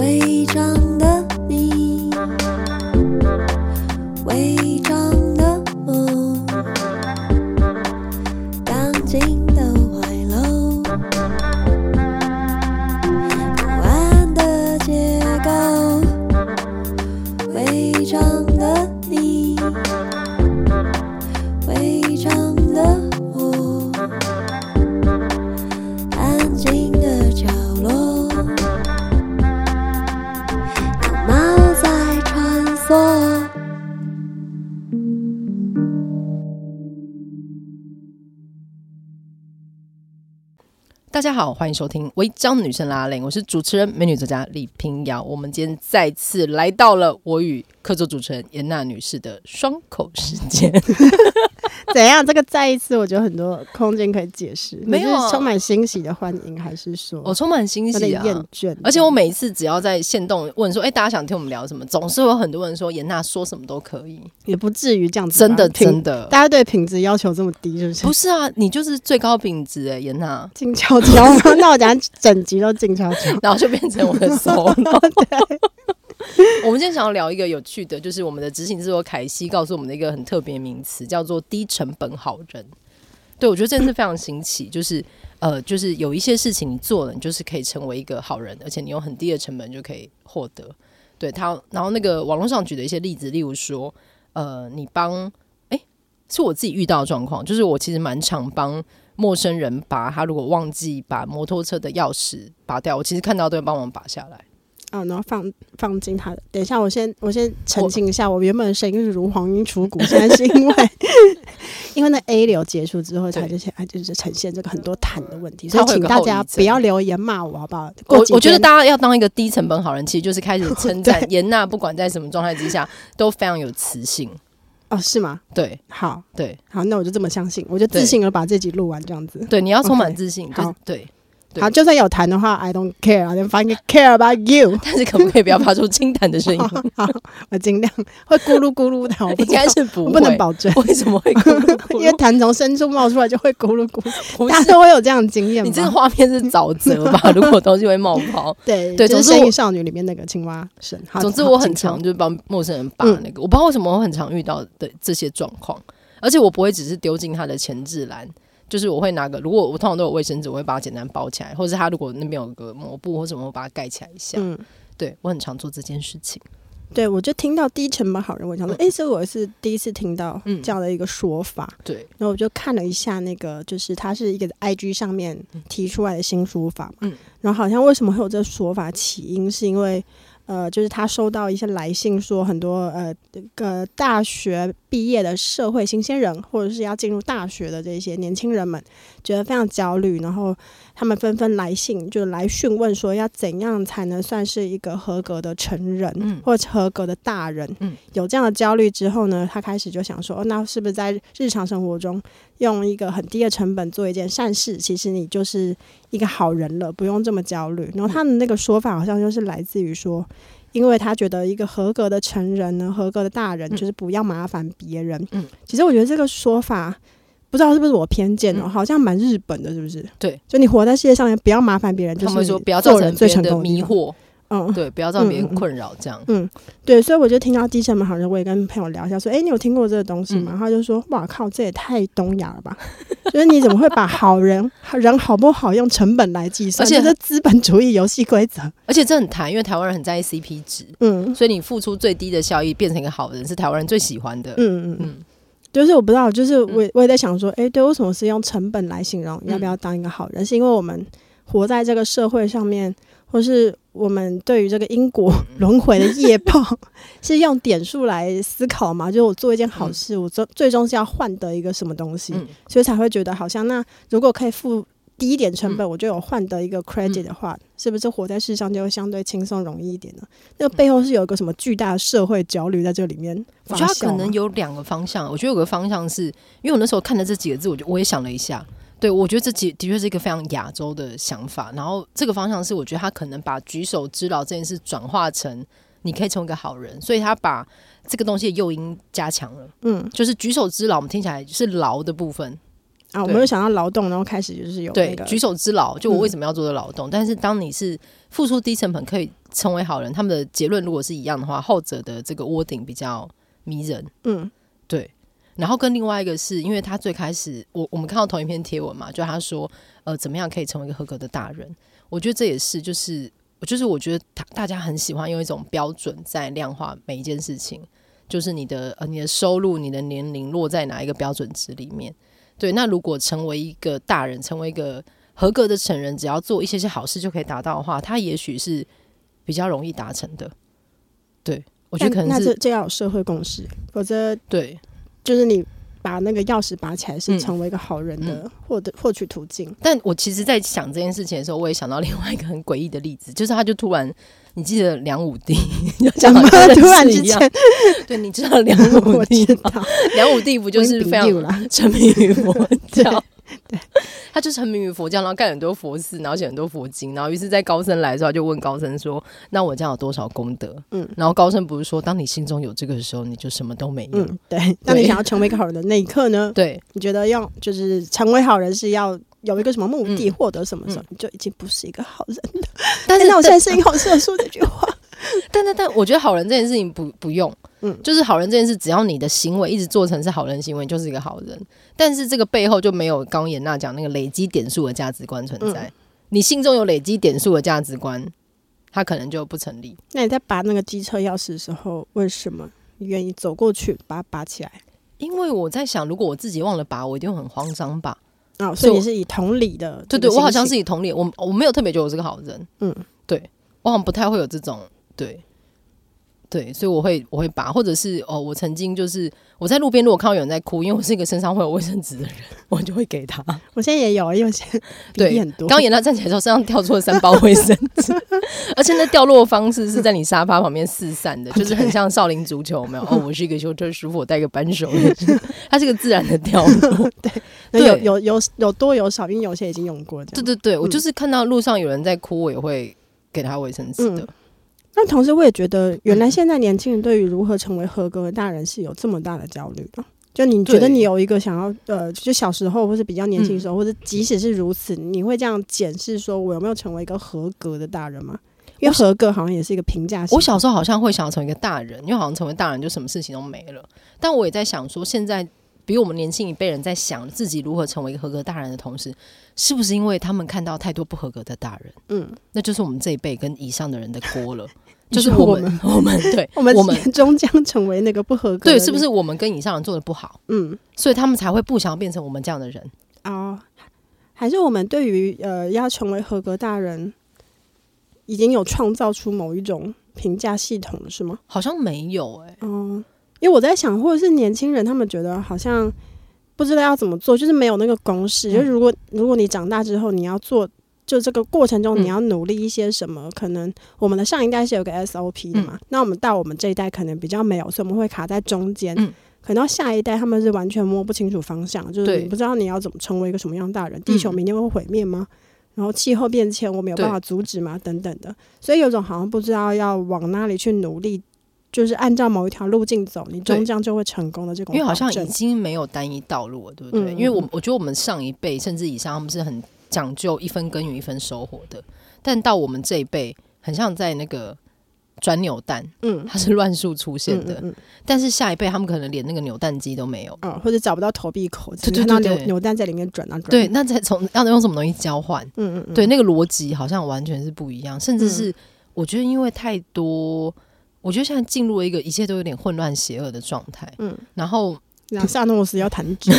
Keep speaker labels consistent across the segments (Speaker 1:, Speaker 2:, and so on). Speaker 1: 伪装的你，伪装的我，钢筋的怀楼，不安的结构，伪装的你，伪装的我，安静的角落。有猫在穿梭。
Speaker 2: 大家好，欢迎收听《违章女生拉拉链》，我是主持人美女作家李平遥。我们今天再次来到了我与客座主持人严娜女士的双口时 间。
Speaker 3: 怎样？这个再一次，我觉得很多空间可以解释。你
Speaker 2: 没有啊
Speaker 3: 是充满欣喜的欢迎，还是说
Speaker 2: 我充满欣
Speaker 3: 有
Speaker 2: 喜
Speaker 3: 点厌
Speaker 2: 啊！
Speaker 3: 倦？
Speaker 2: 而且我每一次只要在线动问说，哎、大家想听我们聊什么？总是会有很多人说严娜说什么都可以，
Speaker 3: 也不至于这样子吧，
Speaker 2: 真的
Speaker 3: 品
Speaker 2: 真的
Speaker 3: 大家对品质要求这么低，是不是？
Speaker 2: 不是啊，你就是最高品质哎、严娜，
Speaker 3: 静悄悄吗？那我等下整集都静悄悄。
Speaker 2: 然后就变成我的 solo。我们今天想要聊一个有趣的，就是我们的执行制作凯西告诉我们的一个很特别的名词，叫做低成本好人。对，我觉得这件事非常新奇，就是呃，就是有一些事情你做了，你就是可以成为一个好人，而且你用很低的成本就可以获得。对他，然后那个网络上举的一些例子，例如说，呃，你帮，诶，是我自己遇到的状况，就是我其实蛮常帮陌生人拔，他如果忘记把摩托车的钥匙拔掉，我其实看到都会帮忙拔下来。
Speaker 3: 啊，然后放放进他的。等一下，我先我先澄清一下，我原本的声音是如黄莺出谷，现在是因为 因为那 A 流结束之后，
Speaker 2: 对
Speaker 3: 才就现在就是呈现这个很多痰的问题，
Speaker 2: 它
Speaker 3: 所
Speaker 2: 会
Speaker 3: 以请
Speaker 2: 有个
Speaker 3: 大
Speaker 2: 后
Speaker 3: 家
Speaker 2: 遗症
Speaker 3: 不要留言骂我，好不好？过
Speaker 2: 我
Speaker 3: 几
Speaker 2: 我觉得
Speaker 3: 天
Speaker 2: 大家要当一个低成本好人，其实就是开始称赞
Speaker 3: 对
Speaker 2: 严娜，不管在什么状态之下都非常有磁性。
Speaker 3: 哦是吗？
Speaker 2: 对
Speaker 3: 好
Speaker 2: 对
Speaker 3: 好，那我就这么相信，我就自
Speaker 2: 对
Speaker 3: 信了把这集录完这样子。
Speaker 2: 对，你要充满
Speaker 3: OK，
Speaker 2: 自信。就是
Speaker 3: 好
Speaker 2: 对，对。
Speaker 3: 好，就算有痰的话，I don't care，I don't fucking care about you
Speaker 2: 但是可不可以不要发出轻弹的声音？
Speaker 3: 好，我尽量会咕噜咕噜的，我不
Speaker 2: 应
Speaker 3: 知道
Speaker 2: 该是
Speaker 3: 我
Speaker 2: 不
Speaker 3: 不
Speaker 2: 会
Speaker 3: 能。保 证，
Speaker 2: 为什么会咕噜咕
Speaker 3: 因为
Speaker 2: 噜？
Speaker 3: 痰从深处冒出来就会咕噜咕噜。
Speaker 2: 不
Speaker 3: 大家
Speaker 2: 是，
Speaker 3: 都会有这样的经验
Speaker 2: 你这个
Speaker 3: 吗？
Speaker 2: 画面是沼泽吧？ 如果东西会冒泡，
Speaker 3: 对
Speaker 2: 对
Speaker 3: 就是
Speaker 2: 总
Speaker 3: 《
Speaker 2: 之我
Speaker 3: 神隐少女》里面那个青蛙神。好
Speaker 2: 总之
Speaker 3: 啊好嗯
Speaker 2: 我很
Speaker 3: 请说
Speaker 2: 常就是帮陌生人把那个，我不知道为什么我很常遇到的这些状况，而且我不会只是丢进他的前置栏，就是我会拿个，如果我通常都有卫生纸，我会把它简单包起来，或者是他如果那边有个抹布或什么，我把它盖起来一下。
Speaker 3: 嗯，
Speaker 2: 对我很常做这件事情。
Speaker 3: 对我就听到低成本好人，我想说，诶，所以我是第一次听到
Speaker 2: 嗯
Speaker 3: 这样的一个说法。
Speaker 2: 对，
Speaker 3: 然后我就看了一下那个，就是它是一个 IG 上面提出来的新说法嘛。
Speaker 2: 嗯
Speaker 3: 然后好像为什么会有这个说法，起因是因为。呃，就是他收到一些来信，说很多呃呃大学毕业的社会新鲜人，或者是要进入大学的这些年轻人们，觉得非常焦虑，然后他们纷纷来信，就来询问说要怎样才能算是一个合格的成人，
Speaker 2: 嗯
Speaker 3: 或者合格的大人。
Speaker 2: 嗯
Speaker 3: 有这样的焦虑之后呢，他开始就想说，哦，那是不是在日常生活中用一个很低的成本做一件善事，其实你就是一个好人了，不用这么焦虑。然后他的那个说法好像就是来自于说。因为他觉得一个合格的成人呢，合格的大人
Speaker 2: 嗯
Speaker 3: 就是不要麻烦别人。
Speaker 2: 嗯
Speaker 3: 其实我觉得这个说法不知道是不是我偏见哦，
Speaker 2: 嗯
Speaker 3: 好像蛮日本的，是不是？
Speaker 2: 对，
Speaker 3: 就你活在世界上面，不要麻烦别人，就
Speaker 2: 他
Speaker 3: 是
Speaker 2: 们说不要造
Speaker 3: 做
Speaker 2: 成
Speaker 3: 人最
Speaker 2: 别人
Speaker 3: 成
Speaker 2: 的
Speaker 3: 功地
Speaker 2: 迷
Speaker 3: 方。
Speaker 2: 惑，
Speaker 3: 嗯，
Speaker 2: 对，不要让别
Speaker 3: 嗯
Speaker 2: 人
Speaker 3: 嗯嗯
Speaker 2: 困扰，这样。
Speaker 3: 对，所以我就听到低成本好像我也跟朋友聊一下，说，哎、你有听过这个东西吗？
Speaker 2: 嗯
Speaker 3: 他就说，哇靠，这也太东亚了吧！ 就是你怎么会把好人人好不好用成本来计算？
Speaker 2: 而且
Speaker 3: 这是资本主义游戏规则。
Speaker 2: 而且这很谈，因为台湾人很在意 CP 值，
Speaker 3: 嗯
Speaker 2: 所以你付出最低的效益变成一个好人，是台湾人最喜欢的。
Speaker 3: 嗯嗯，
Speaker 2: 嗯
Speaker 3: 就是我不知道，就是我我也在想说，哎、对，为什么是用成本来形
Speaker 2: 嗯
Speaker 3: 容要不要当一个好人？是因为我们活在这个社会上面，或是我们对于这个因 果
Speaker 2: 嗯
Speaker 3: 轮回的业报 是用点数来思考
Speaker 2: 嗯
Speaker 3: 嘛？就是我做一件好事，我最最终是要换得一个什么东西，
Speaker 2: 嗯
Speaker 3: 所以才会觉得好像那如果可以付低一点成
Speaker 2: 嗯
Speaker 3: 本，我就有换得一个 credit 的话，是不是活在世上就会相对轻松容易一点呢？
Speaker 2: 嗯
Speaker 3: 那个背后是有一个什么巨大的社会焦虑在这里面
Speaker 2: 我
Speaker 3: 发酵
Speaker 2: 觉
Speaker 3: 啊吗？
Speaker 2: 得它可能有两个方向，我觉得有个方向是因为我那时候看了这几个字，我就我也想了一下，对，我觉得这的的确是一个非常亚洲的想法。然后这个方向是，我觉得他可能把举手之劳这件事转化成你可以成为一个好人，所以他把这个东西的诱因加强了。
Speaker 3: 嗯
Speaker 2: 就是举手之劳，我们听起来是劳的部分，
Speaker 3: 啊，我们就想到劳动，然后开始就是有
Speaker 2: 对
Speaker 3: 那，个嗯
Speaker 2: 举手之劳，就我为什么要做的劳动。但是当你是付出低成本可以成为好人，他们的结论如果是一样的话，后者的这个窝顶比较迷人。
Speaker 3: 嗯
Speaker 2: 对，然后跟另外一个是因为他最开始我我们看到同一篇贴文嘛，就他说呃怎么样可以成为一个合格的大人，我觉得这也是就是就是我觉得他大家很喜欢用一种标准在量化每一件事情，就是你的呃你的收入、你的年龄落在哪一个标准值里面。对，那如果成为一个大人，成为一个合格的成人，只要做一些些好事就可以达到的话，他也许是比较容易达成的。对，我觉得可能
Speaker 3: 但那这
Speaker 2: 是
Speaker 3: 这要有社会共识，否则
Speaker 2: 对，
Speaker 3: 就是你把那个钥匙拔起来
Speaker 2: 嗯
Speaker 3: 是成为一个好人的获得获取途径。
Speaker 2: 但我其实，在想这件事情的时候，我也想到另外一个很诡异的例子， 就是他就突然，你记得梁武帝，就像好像认识
Speaker 3: 突然之
Speaker 2: 一样
Speaker 3: 间，
Speaker 2: 对，你知道梁武
Speaker 3: 我
Speaker 2: 帝
Speaker 3: 知
Speaker 2: 吗，
Speaker 3: 道，
Speaker 2: 梁武帝不就是非常
Speaker 3: Win Bin Yu 啦？
Speaker 2: 沉迷于佛教
Speaker 3: 对，
Speaker 2: 他就是沉迷于佛教，然后盖很多佛寺，然后写很多佛经，然后于是，在高僧来的时候，他就问高僧说：“那我这样有多少功德？”
Speaker 3: 嗯
Speaker 2: 然后高僧不是说，当你心中有这个的时候，你就什么都没有。
Speaker 3: 嗯，对。当你想要成为一个好人的那一刻呢，
Speaker 2: 对，
Speaker 3: 你觉得要就是成为好人是要有一个什么目的，
Speaker 2: 嗯
Speaker 3: 获得什么时候，你就已经不是一个好人。
Speaker 2: 但是
Speaker 3: 哎那我现在声音好适合说这句话。
Speaker 2: 但但但，我觉得好人这件事情不不用，
Speaker 3: 嗯
Speaker 2: 就是好人这件事，只要你的行为一直做成是好人行为，你就是一个好人。但是这个背后就没有刚妍娜讲那个累积点数的价值观存
Speaker 3: 嗯
Speaker 2: 在。你心中有累积点数的价值观，它可能就不成立。
Speaker 3: 那你在拔那个机车钥匙的时候，为什么你愿意走过去把它拔起来？
Speaker 2: 因为我在想，如果我自己忘了拔，我一定会很慌张吧？
Speaker 3: 哦，所以
Speaker 2: 所以
Speaker 3: 你是以同理的这
Speaker 2: 对
Speaker 3: 个心情，
Speaker 2: 对，我好像是以同理，我我没有特别觉得我是个好人，
Speaker 3: 嗯，
Speaker 2: 对我好像不太会有这种对。对，所以我会我会拔，或者是哦，我曾经就是我在路边，如果看到有人在哭，因为我是一个身上会有卫生纸的人， 我就会给他。
Speaker 3: 我现在也有，因为我现在比
Speaker 2: 对
Speaker 3: 例很多。
Speaker 2: 刚演到站起来的时候，身上掉出了三包卫生纸， 而且那掉落的方式是在你沙发旁边四散的，就是很像少林足球，有没有？哦，我是一个修车师傅，我带个扳手，它是 个自然的掉落。
Speaker 3: 那有
Speaker 2: 对
Speaker 3: 有有有多有少，因为有些已经用过这
Speaker 2: 对
Speaker 3: 样。
Speaker 2: 对对，我
Speaker 3: 嗯
Speaker 2: 就是看到路上有人在哭，我也会给他卫生纸的。
Speaker 3: 那同时，我也觉得，
Speaker 2: 嗯
Speaker 3: 原来现在年轻人对于如何成为合格的大人是有这么大的焦虑的。就你觉得
Speaker 2: 对嗯
Speaker 3: 你有一个想要呃，就小时候或是比较年轻的时候，或者即使是如此，你会这样检视说我有没有成为一个合格的大人吗？因为合格好像也是一个评价型。
Speaker 2: 我小时候好像会想要成为一个大人，因为好像成为大人就什么事情都没了。但我也在想说，现在比我们年轻一辈人在想自己如何成为一个合格大人的同时，是不是因为他们看到太多不合格的大人？
Speaker 3: 嗯，
Speaker 2: 那就是我们这一辈跟以上的 人的锅了，
Speaker 3: 你
Speaker 2: 就是
Speaker 3: 说
Speaker 2: 我
Speaker 3: 我
Speaker 2: 们 我们对
Speaker 3: 我们
Speaker 2: 我们
Speaker 3: 终将成为那个不合格的
Speaker 2: 对
Speaker 3: 人，
Speaker 2: 是不是我们跟以上人做的不好，
Speaker 3: 嗯，
Speaker 2: 所以他们才会不想要变成我们这样的人？
Speaker 3: 哦，还是我们对于呃要成为合格大人，已经有创造出某一种评价系统了，是吗？
Speaker 2: 好像没有哎、
Speaker 3: 哦，因为我在想，或者是年轻人他们觉得好像不知道要怎么做，就是没有那个公式。
Speaker 2: 嗯
Speaker 3: 就是如果如果你长大之后你要做，就这个过程中
Speaker 2: 嗯
Speaker 3: 你要努力一些什么，可能我们的上一代是有个 SOP
Speaker 2: 嗯
Speaker 3: 的嘛，那我们到我们这一代可能比较没有，所以我们会卡在中间。
Speaker 2: 嗯
Speaker 3: 可能到下一代，他们是完全摸不清楚方向，就是
Speaker 2: 对
Speaker 3: 你不知道你要怎么成为一个什么样的大人。地球
Speaker 2: 嗯
Speaker 3: 明天会毁灭吗？然后气候变迁，我们有
Speaker 2: 对
Speaker 3: 办法阻止吗？等等的，所以有种好像不知道要往哪里去努力，就是按照某一条路径走，你
Speaker 2: 对
Speaker 3: 终将就会成功的这种保证。
Speaker 2: 因为好像已经没有单一道路了，对不对？
Speaker 3: 嗯
Speaker 2: 因为我我觉得我们上一辈甚至以上，他们是很讲究一分耕耘一分收获的，但到我们这一辈，很像在那个转扭蛋，
Speaker 3: 嗯
Speaker 2: 它是乱数出现的，
Speaker 3: 嗯嗯
Speaker 2: 但是下一辈他们可能连那个扭蛋机都没有。
Speaker 3: 嗯，哦或者找不到投币口，只
Speaker 2: 对对
Speaker 3: 能看到
Speaker 2: 对
Speaker 3: 扭
Speaker 2: 对
Speaker 3: 扭蛋在里面转啊转。
Speaker 2: 对，，那再从要用什么东西交换？
Speaker 3: 嗯嗯嗯，
Speaker 2: 对，那个逻辑好像完全是不一样，甚至是我觉得因为太多，我觉得现在进入了一个一切都有点混乱邪恶的状态，
Speaker 3: 嗯，
Speaker 2: 然后
Speaker 3: 然后萨诺斯要弹 指，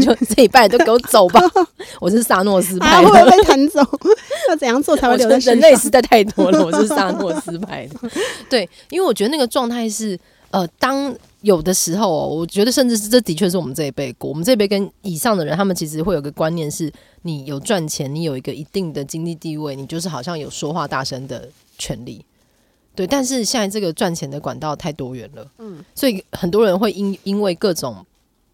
Speaker 2: 就这一半都给我走吧， 我是萨诺斯
Speaker 3: 啊，
Speaker 2: 派
Speaker 3: 会不
Speaker 2: 的。
Speaker 3: 会被弹走？ 要怎样做才会
Speaker 2: 我觉
Speaker 3: 留
Speaker 2: 得
Speaker 3: 在世
Speaker 2: 人类
Speaker 3: 上
Speaker 2: 实在太多了，我是萨诺斯派的。 对，因为我觉得那个状态是，呃，当有的时候、哦，我觉得甚至是这的确是我们这一辈过，我们这一辈跟以上的人，他们其实会有个观念是，你有赚钱，你有一个一定的经济地位，你就是好像有说话大声的权利。对，但是现在这个赚钱的管道太多元了，嗯，所以很多人会因因为各种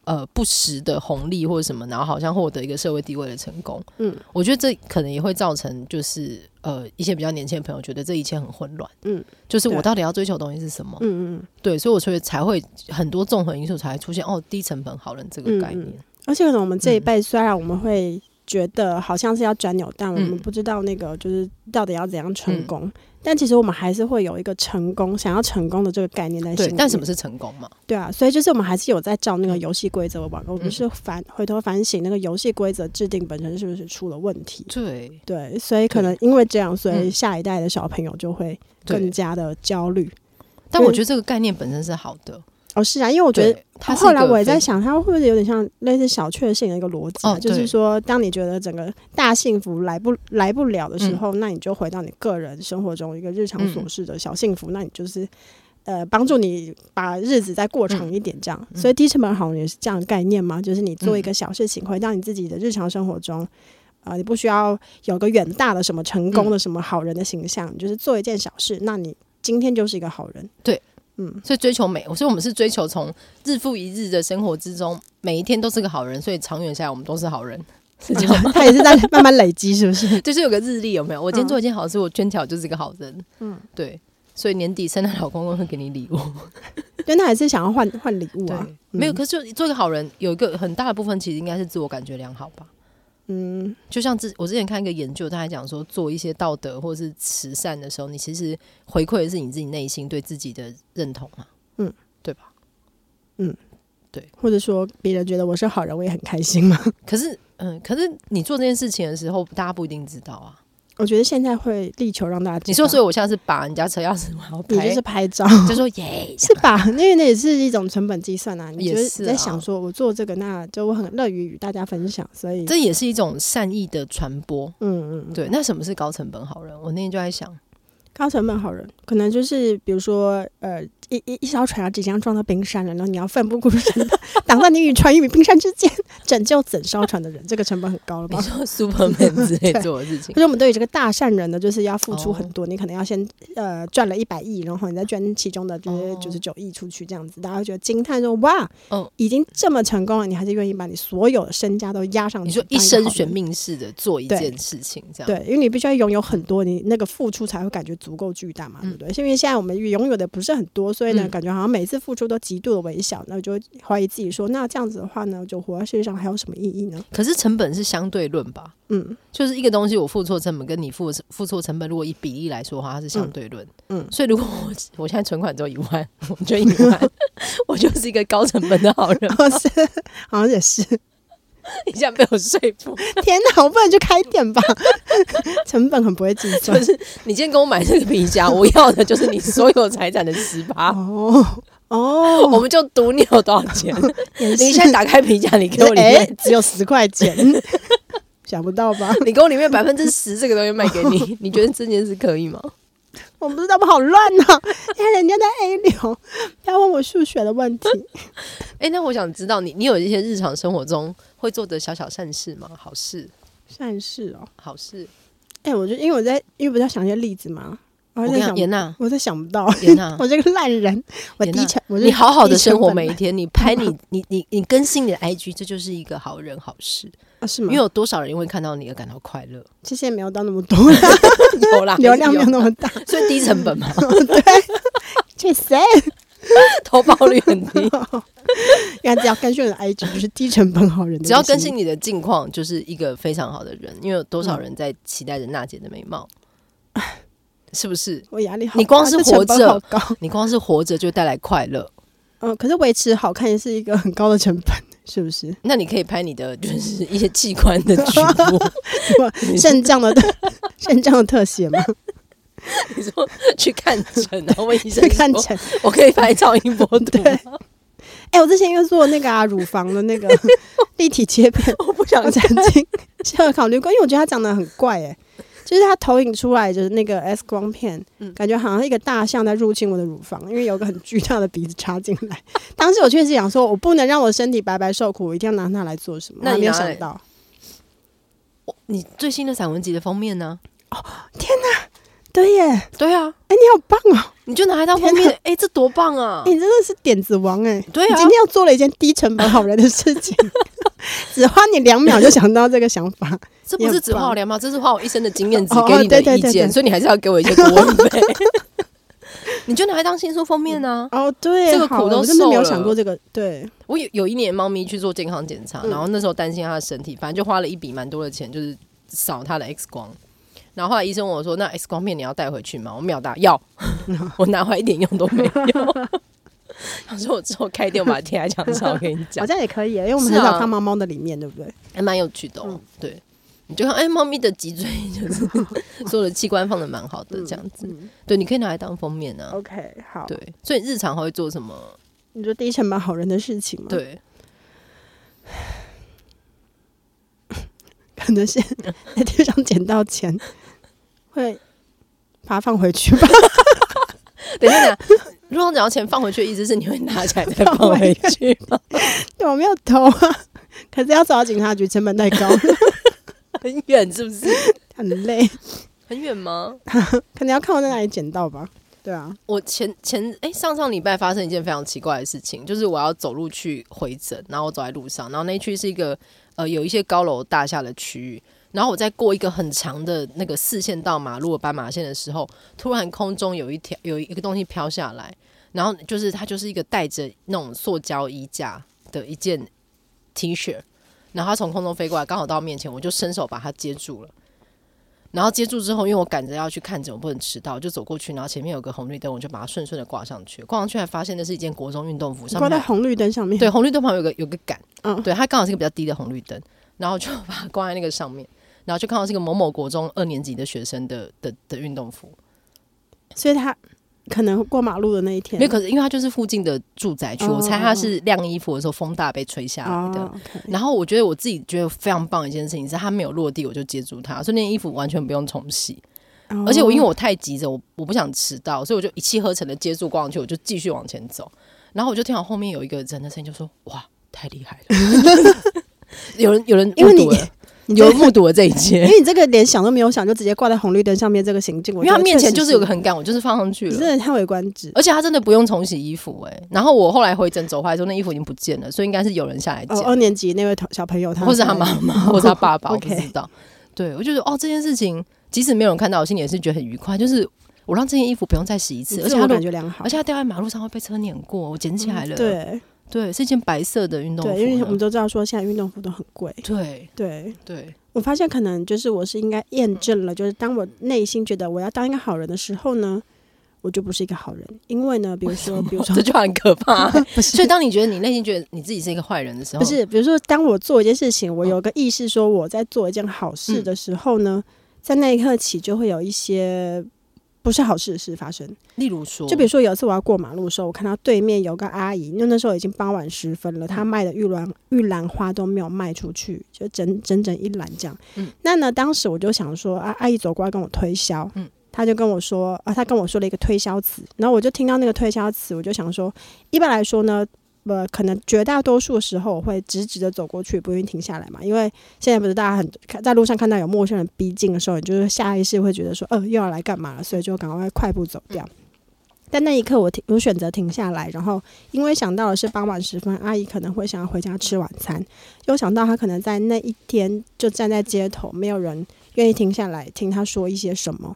Speaker 2: 呃不实的红利或者什么，然后好像获得一个社会地位的成功。
Speaker 3: 嗯
Speaker 2: 我觉得这可能也会造成，就是呃一些比较年轻的朋友觉得这一切很混乱。
Speaker 3: 嗯，
Speaker 2: 就是我
Speaker 3: 对
Speaker 2: 到底要追求的东西是什么？
Speaker 3: 嗯嗯，
Speaker 2: 对，所以我觉得才会很多综合因素才会出现哦低成本好人这个概念。
Speaker 3: 嗯而且可能我们这
Speaker 2: 嗯
Speaker 3: 一辈，虽然我们会觉得好像是要转扭蛋，我们
Speaker 2: 嗯
Speaker 3: 不知道那个就是到底要怎样成功，但其实我们还是会有一个成功想要成功的这个概念在心
Speaker 2: 对
Speaker 3: 里，
Speaker 2: 但什
Speaker 3: 面
Speaker 2: 么是成功嘛？
Speaker 3: 对啊，所以就是我们还是有在照那个游戏规则玩，我
Speaker 2: 嗯
Speaker 3: 们是反回头反省那个游戏规则制定本身是不是出了问题。
Speaker 2: 对
Speaker 3: 对，所以可能因为这样，所以
Speaker 2: 嗯
Speaker 3: 下一代的小朋友就会更
Speaker 2: 对，
Speaker 3: 加的焦虑。
Speaker 2: 但我觉得这个概念本身是好的。
Speaker 3: 哦，是啊，因为我
Speaker 2: 我
Speaker 3: 觉得
Speaker 2: 它是一
Speaker 3: 后来
Speaker 2: 个
Speaker 3: 我也在
Speaker 2: 非
Speaker 3: 想，它会不会有点像类似小确幸的一个逻辑、啊？
Speaker 2: 哦
Speaker 3: 就是
Speaker 2: 对
Speaker 3: 说，当你觉得整个大幸福来不来不了的时
Speaker 2: 嗯
Speaker 3: 候，那你就回到你个人生活中一个日常琐事的小幸福，那你就是呃帮助你把日子再过
Speaker 2: 嗯
Speaker 3: 长一点这样。所以低成本好也是这样的概念嘛，就是你做
Speaker 2: 嗯
Speaker 3: 一个小事情，回到你自己的日常生活中。啊、你不需要有个远大的什么成
Speaker 2: 嗯
Speaker 3: 功的什么好人的形象，你就是做一件小事，那你今天就是一个好人。
Speaker 2: 对，
Speaker 3: 嗯，
Speaker 2: 所以追求美，所以我们是追求从日复一日的生活之中，每一天都是个好人，所以长远下来我们都是好人，是这样吗？
Speaker 3: 他也是在 慢慢累积，是不是？
Speaker 2: 就是有个日历有没有？我今天做一件好事，我捐条就是个好人。
Speaker 3: 嗯
Speaker 2: 嗯，对，所以年底圣诞老公公会给你礼物。
Speaker 3: 对，他还是想要换换礼物
Speaker 2: 对
Speaker 3: 啊。，
Speaker 2: 没有，可是就做一个好人，有一个很大的部分其实应该是自我感觉良好吧。
Speaker 3: 嗯，
Speaker 2: 就像之我之前看一个研究，他还讲说，做一些道德或是慈善的时候，你其实回馈的是你自己内心对自己的认同嘛，
Speaker 3: 嗯，
Speaker 2: 对吧？
Speaker 3: 或者说别人觉得我是好人，我也很开心嘛。
Speaker 2: 可是，嗯，可是你做这件事情的时候，大家不一定知道啊。
Speaker 3: 我觉得现在会力求让大家知道
Speaker 2: 你说，所以我现在是把人家车钥匙，然后
Speaker 3: 你
Speaker 2: 拍，
Speaker 3: 就是拍照。
Speaker 2: 就说耶，
Speaker 3: 是吧？因为那也是一种成本计算啊。你
Speaker 2: 也
Speaker 3: 就是在
Speaker 2: 啊
Speaker 3: 想说，我做这个，那就我很乐于与大家分享，所以，
Speaker 2: 这也是一种善意的传播。
Speaker 3: 嗯嗯，嗯，
Speaker 2: 对，那什么是高成本好人？我那天就在 想，
Speaker 3: 高成本好人，可能就是比如说，呃，一一一艘船要即将撞到冰山了，然后你要奋不顾身的 挡在你与船与冰山之间，拯救整艘船的人，这个成本很高了吧
Speaker 2: 你？说 Superman 之类做的事情
Speaker 3: 可，是我们 对于这个大善人呢，就是要付出很
Speaker 2: 哦
Speaker 3: 多，你可能要先呃赚了一百亿，然后你再捐其中的就是
Speaker 2: 哦
Speaker 3: 九十九亿出去，这样子，大家会觉得惊叹说哇，
Speaker 2: 嗯
Speaker 3: 已经这么成功了，你还是愿意把你所有的身家都压上去，
Speaker 2: 你说
Speaker 3: 当
Speaker 2: 一
Speaker 3: 个
Speaker 2: 生
Speaker 3: 好
Speaker 2: 悬
Speaker 3: 人。
Speaker 2: 命似的做一
Speaker 3: 对
Speaker 2: 件事情，这样
Speaker 3: 对，因为你必须要拥有很多，你那个付出才会感觉足够巨大嘛，对
Speaker 2: 嗯
Speaker 3: 不对？因为现在我们拥有的不是很多，所以呢，
Speaker 2: 嗯
Speaker 3: 感觉好像每次付出都极度的微小，那我就会怀疑自己说，那这样子的话呢，就活在世界上还有什么意义呢？
Speaker 2: 可是成本是相对论吧？
Speaker 3: 嗯，
Speaker 2: 就是一个东西，我付出的成本跟你付的付出的成本，如果以比例来说的话，它是相对论。
Speaker 3: 嗯嗯。
Speaker 2: 所以如果我 我现在存款只有一万，我捐一万， 我就是一个高成本的好人
Speaker 3: 好像是， 好像也是。
Speaker 2: 一下被我说服，
Speaker 3: 天哪，我不能去开店吧？ 成本很不会计算
Speaker 2: 就。是你今天跟我买这个皮夹，我要的就是你所有财产的十八。
Speaker 3: 哦
Speaker 2: 我
Speaker 3: 哦，
Speaker 2: 们就赌你有多少钱。
Speaker 3: 你
Speaker 2: 哦 你现在打开皮夹，你给我里
Speaker 3: 哎、
Speaker 2: 面，
Speaker 3: 只有十块钱， 想不到吧？
Speaker 2: 你给我里面百分之十这个东西卖给 你，你觉得这件事可以吗？
Speaker 3: 我不知道，我好乱呐、你看人家在 A 流，不要问我数学的问题。
Speaker 2: 哎、那我想知道你，你有一些日常生活中会做的小小善事吗？好事，
Speaker 3: 算是哦，
Speaker 2: 好事。
Speaker 3: 哎、我就因为我在，因为不是要想一些例子嘛，我
Speaker 2: 我
Speaker 3: 还
Speaker 2: 跟你
Speaker 3: 在
Speaker 2: 讲，
Speaker 3: 想，
Speaker 2: 严 娜，
Speaker 3: 我在想不到，
Speaker 2: 严娜
Speaker 3: 我这个烂人，我
Speaker 2: 严
Speaker 3: 低
Speaker 2: 娜
Speaker 3: 成，我是
Speaker 2: 你好好的
Speaker 3: 低成
Speaker 2: 生活
Speaker 3: 本
Speaker 2: 每一
Speaker 3: 烂
Speaker 2: 天，你拍你你你你更新你的 IG，这就是一个好人好事。
Speaker 3: 啊，是
Speaker 2: 因
Speaker 3: 吗？
Speaker 2: 为有多少人会看到你而感到快乐？
Speaker 3: 其实也没有到那么多啦，
Speaker 2: 有啦，
Speaker 3: 流量没有那
Speaker 2: 么，
Speaker 3: 么大，
Speaker 2: 所以低成本嘛，
Speaker 3: 确实。
Speaker 2: 投报率很 低。
Speaker 3: 原来只要更新我的 IG 就是低成本好人的一个心，
Speaker 2: 只要更新你的近况，就是一个非常好的人。因为有多少人在期待着娜姐的美 貌，是不是？
Speaker 3: 我压力好大，
Speaker 2: 你光是
Speaker 3: 这成
Speaker 2: 活
Speaker 3: 本
Speaker 2: 着
Speaker 3: 好高，
Speaker 2: 你光是活着就带来快乐，
Speaker 3: 嗯，可是维持好看也是一个很高的成本，是 不是？
Speaker 2: 那你可以拍你的就是一些器官的局部，
Speaker 3: 肾脏的肾脏的特 写嘛，
Speaker 2: 你说去看诊，然后问医生
Speaker 3: 去看
Speaker 2: 说
Speaker 3: 诊。
Speaker 2: 我可以拍超音波图吗
Speaker 3: 对？哎、我之前又做那个啊乳房的 那个立体切片，
Speaker 2: 我不想
Speaker 3: 我曾经 是有考虑过，因为我觉得他长得很怪哎、就是他投影出来就是那个 X 光片，
Speaker 2: 嗯
Speaker 3: 感觉好像一个大象在入侵我的乳房，因为有个很巨大的鼻子插进来。当时我确实想说，我不能让我身体白白受苦，我一定要拿它来做什么。
Speaker 2: 那
Speaker 3: 我还
Speaker 2: 你
Speaker 3: 没有
Speaker 2: 拿
Speaker 3: 想
Speaker 2: 来
Speaker 3: 到，
Speaker 2: 我你最新的散文集的封面呢？
Speaker 3: 对耶，哎、
Speaker 2: 对啊，
Speaker 3: 你好棒哦！
Speaker 2: 你就拿来当封面，哎、这多棒啊！
Speaker 3: 你真的是点子王哎、
Speaker 2: 对
Speaker 3: 你
Speaker 2: 啊
Speaker 3: 今，天又做了一件低成本好人的事情， 只花你两秒就想到这个想法。
Speaker 2: 这不是只花我两秒，这是花我一生的经验值
Speaker 3: 哦哦
Speaker 2: 给你的
Speaker 3: 对对
Speaker 2: 意
Speaker 3: 对
Speaker 2: 见，
Speaker 3: 对
Speaker 2: 所以你还是要给我一些顾问费。 你就拿来当新书封面啊！
Speaker 3: 哦，对，
Speaker 2: 这个苦
Speaker 3: 好了
Speaker 2: 都
Speaker 3: 我真的没有
Speaker 2: 受了
Speaker 3: 想过这个。对，
Speaker 2: 我有有一年猫咪去做健康检查，
Speaker 3: 嗯
Speaker 2: 然后那时候担心它的身体，反正就花了一笔蛮多的钱，就是扫它的 X 光。然后后来医生问我说：“那 X 光片你要带回去吗？”我秒答要， 我拿回来一点用都没有。 他说：“我之后开店，我把它贴在墙上，我跟你讲
Speaker 3: 好，像也可以耶，因为我们
Speaker 2: 是
Speaker 3: 很少
Speaker 2: 啊
Speaker 3: 看猫猫的里面，对不对？
Speaker 2: 还蛮有趣的、哦。对，你就看，哎，猫咪的脊椎就是 所有的器官放的蛮好的，这样子。
Speaker 3: 嗯
Speaker 2: 对，你可以拿来当封面啊。
Speaker 3: OK，好，
Speaker 2: 对，所以你日常还会做什么？
Speaker 3: 你说低成本好人的事情吗？，
Speaker 2: 对，
Speaker 3: 可能先
Speaker 2: 嗯
Speaker 3: 在地上捡到钱，会把它放回去吧。
Speaker 2: 等一下，等一下，如果你要钱放回去，意思是你会拿起来再 放回去吗？
Speaker 3: 对，我没有偷啊，可是要走到警察局成本太高，
Speaker 2: 很远是不是？
Speaker 3: 很累，
Speaker 2: 很远吗？
Speaker 3: 可能要看我在哪里捡到吧。对啊，
Speaker 2: 我前前哎、上上礼拜发生一件非常奇怪的事情，就是我要走路去回诊，然后我走在路上，然后那一区是一个呃有一些高楼大厦的区域，然后我在过一个很长的那个四线道马路的斑马线的时候，突然空中有一条有一个东西飘下来，然后就是它就是一个带着那种塑胶衣架的一件 T 恤，然后它从空中飞过来，刚好到面前，我就伸手把它接住了。然后接住之后，因为我赶着要去看诊，我不能迟到，我就走过去，然后前面有个红绿灯，我就把它顺顺的挂上去。挂上去还发现那是一件国中运动服，上
Speaker 3: 挂
Speaker 2: 面
Speaker 3: 在
Speaker 2: 还
Speaker 3: 红绿灯上面。
Speaker 2: 对，红绿灯旁边有个有个杆，
Speaker 3: 嗯
Speaker 2: 对，它刚好是一个比较低的红绿灯，然后我就把它挂在那个上面，然后就看到是一个某某国中二年级的学生的的的运动服，
Speaker 3: 所以他可能过马路的那一天，
Speaker 2: 没有，可是因为它就是附近的住宅区，
Speaker 3: 哦
Speaker 2: 我猜它是晾衣服的时候风大被吹下来的。
Speaker 3: 哦 OK
Speaker 2: 然后我觉得我自己觉得非常棒的一件事情是，它没有落地我就接住它，所以那件衣服完全不用重洗。
Speaker 3: 哦
Speaker 2: 而且我因为我太急着，我我不想迟到，所以我就一气呵成的接住挂上去，我就继续往前走。然后我就听到后面有一个人的声音，就说：“哇，太厉害了！” 有人有人
Speaker 3: 因为
Speaker 2: 目
Speaker 3: 你
Speaker 2: 睹了，
Speaker 3: 你
Speaker 2: 有
Speaker 3: 就
Speaker 2: 人目睹了这一切，
Speaker 3: 因为你这个连想都没有想，就直接挂在红绿灯上面这个行径，
Speaker 2: 哎因
Speaker 3: 我
Speaker 2: 为
Speaker 3: 觉得
Speaker 2: 他面前
Speaker 3: 确实
Speaker 2: 就是有个横杆，我就是放上去
Speaker 3: 你
Speaker 2: 了。
Speaker 3: 真的叹为观止。
Speaker 2: 而且他真的不用重洗衣服哎、然后我后来回诊走回来之后，那衣服已经不见了，所以应该是有人下来捡
Speaker 3: 哦，，二年级那位同小朋友他，
Speaker 2: 或是他妈妈，或是他爸爸，我不
Speaker 3: OK
Speaker 2: 知道。对，我就觉得哦，这件事情即使没有人看到，我心里也是觉得很愉快，就是我让这件衣服不用再洗一次，而
Speaker 3: 自
Speaker 2: 且它
Speaker 3: 我
Speaker 2: 都
Speaker 3: 感觉良好，
Speaker 2: 而且它掉在马路上会被车碾过，我捡起来了。
Speaker 3: 嗯对
Speaker 2: 对，是一件白色的运动服呢。
Speaker 3: 对，因为我们都知道说现在运动服都很贵，
Speaker 2: 对
Speaker 3: 对。
Speaker 2: 对
Speaker 3: 我发现可能就是我是应该验证了，就是当我内心觉得我要当一个好人的时候呢，我就不是一个好人，因为呢，比如说，比如 说
Speaker 2: 这，句话很可怕。
Speaker 3: 不是
Speaker 2: 所以当你觉得你内心觉得你自己是一个坏人的时候，嗯
Speaker 3: 不是，比如说，当我做一件事情，我有个意识说我在做一件好事的时候呢，在那一刻起就会有一些不是好事的事发生。
Speaker 2: 例如说，
Speaker 3: 就比如说，有一次我要过马路的时候，我看到对面有个阿姨，因为那时候已经傍晚时分了，她
Speaker 2: 嗯
Speaker 3: 卖的玉兰玉兰花都没有卖出去，就整整整一篮这样。
Speaker 2: 嗯
Speaker 3: 那呢，当时我就想说，啊，阿姨走过来跟我推销，
Speaker 2: 嗯
Speaker 3: 她就跟我说，啊，她跟我说了一个推销词，然后我就听到那个推销词，我就想说，一般来说呢。呃，可能绝大多数时候我会直直的走过去，不愿意停下来嘛，因为现在不是大家很看在路上看到有陌生人逼近的时候，你就是下意识会觉得说，呃，又要来干嘛了，所以就赶快快步走掉。但那一刻我停，我选择停下来，然后因为想到的是傍晚时分，阿姨可能会想要回家吃晚餐，又想到她可能在那一天就站在街头，没有人愿意停下来听她说一些什么。